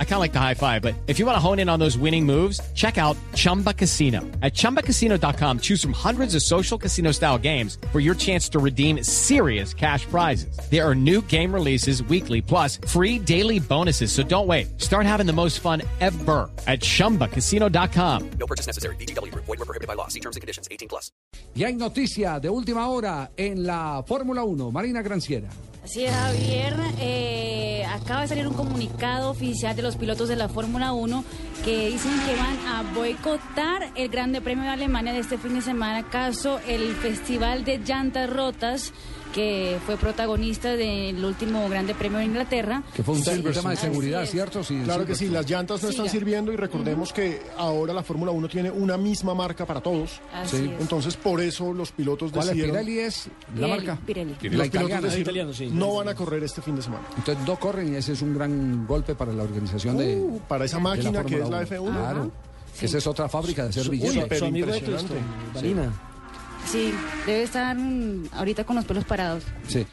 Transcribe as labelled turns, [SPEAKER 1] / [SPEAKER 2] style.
[SPEAKER 1] I kind of like the high five, but if you want to hone in on those winning moves, check out Chumba Casino. At chumbacasino.com, choose from hundreds of social casino style games for your chance to redeem serious cash prizes. There are new game releases weekly, plus free daily bonuses. So don't wait. Start having the most fun ever at chumbacasino.com.
[SPEAKER 2] No purchase necessary. BGW. Void were prohibited by law. See terms and conditions. 18 plus.
[SPEAKER 3] Y hay noticia de última hora en la Fórmula 1. Marina Granciera.
[SPEAKER 4] Así es, Javier. Eh, acaba de salir un comunicado oficial de los pilotos de la Fórmula 1 que dicen que van a boicotar el Grande Premio de Alemania de este fin de semana, caso el Festival de Llantas Rotas, que fue protagonista del último Grande Premio de Inglaterra.
[SPEAKER 3] Que fue un
[SPEAKER 4] Sí,
[SPEAKER 3] tema de
[SPEAKER 4] así
[SPEAKER 3] seguridad,
[SPEAKER 4] es.
[SPEAKER 3] ¿cierto? Sí,
[SPEAKER 5] Claro que sí, las llantas no están
[SPEAKER 4] Siga.
[SPEAKER 5] sirviendo y recordemos que ahora la Fórmula 1 tiene una misma marca para todos.
[SPEAKER 4] Así
[SPEAKER 3] Sí.
[SPEAKER 4] es.
[SPEAKER 5] Entonces, por eso los pilotos
[SPEAKER 3] ¿Cuál es
[SPEAKER 5] decidieron,
[SPEAKER 3] Pirelli es la
[SPEAKER 4] Pirelli,
[SPEAKER 3] marca?
[SPEAKER 4] Pirelli.
[SPEAKER 3] La
[SPEAKER 5] los pilotos
[SPEAKER 3] italiana.
[SPEAKER 5] decidieron, no van a correr este fin de semana.
[SPEAKER 3] Entonces no corren y ese es un gran golpe para la organización de,
[SPEAKER 5] Uh, para esa
[SPEAKER 3] de
[SPEAKER 5] máquina que es
[SPEAKER 3] Fórmula 1.
[SPEAKER 5] la F1.
[SPEAKER 3] Claro. que Esa es otra fábrica de hacer
[SPEAKER 5] Uy,
[SPEAKER 3] billetes.
[SPEAKER 5] pero impresionante.
[SPEAKER 4] Sí, debe estar mm, ahorita con los pelos parados.
[SPEAKER 3] Sí.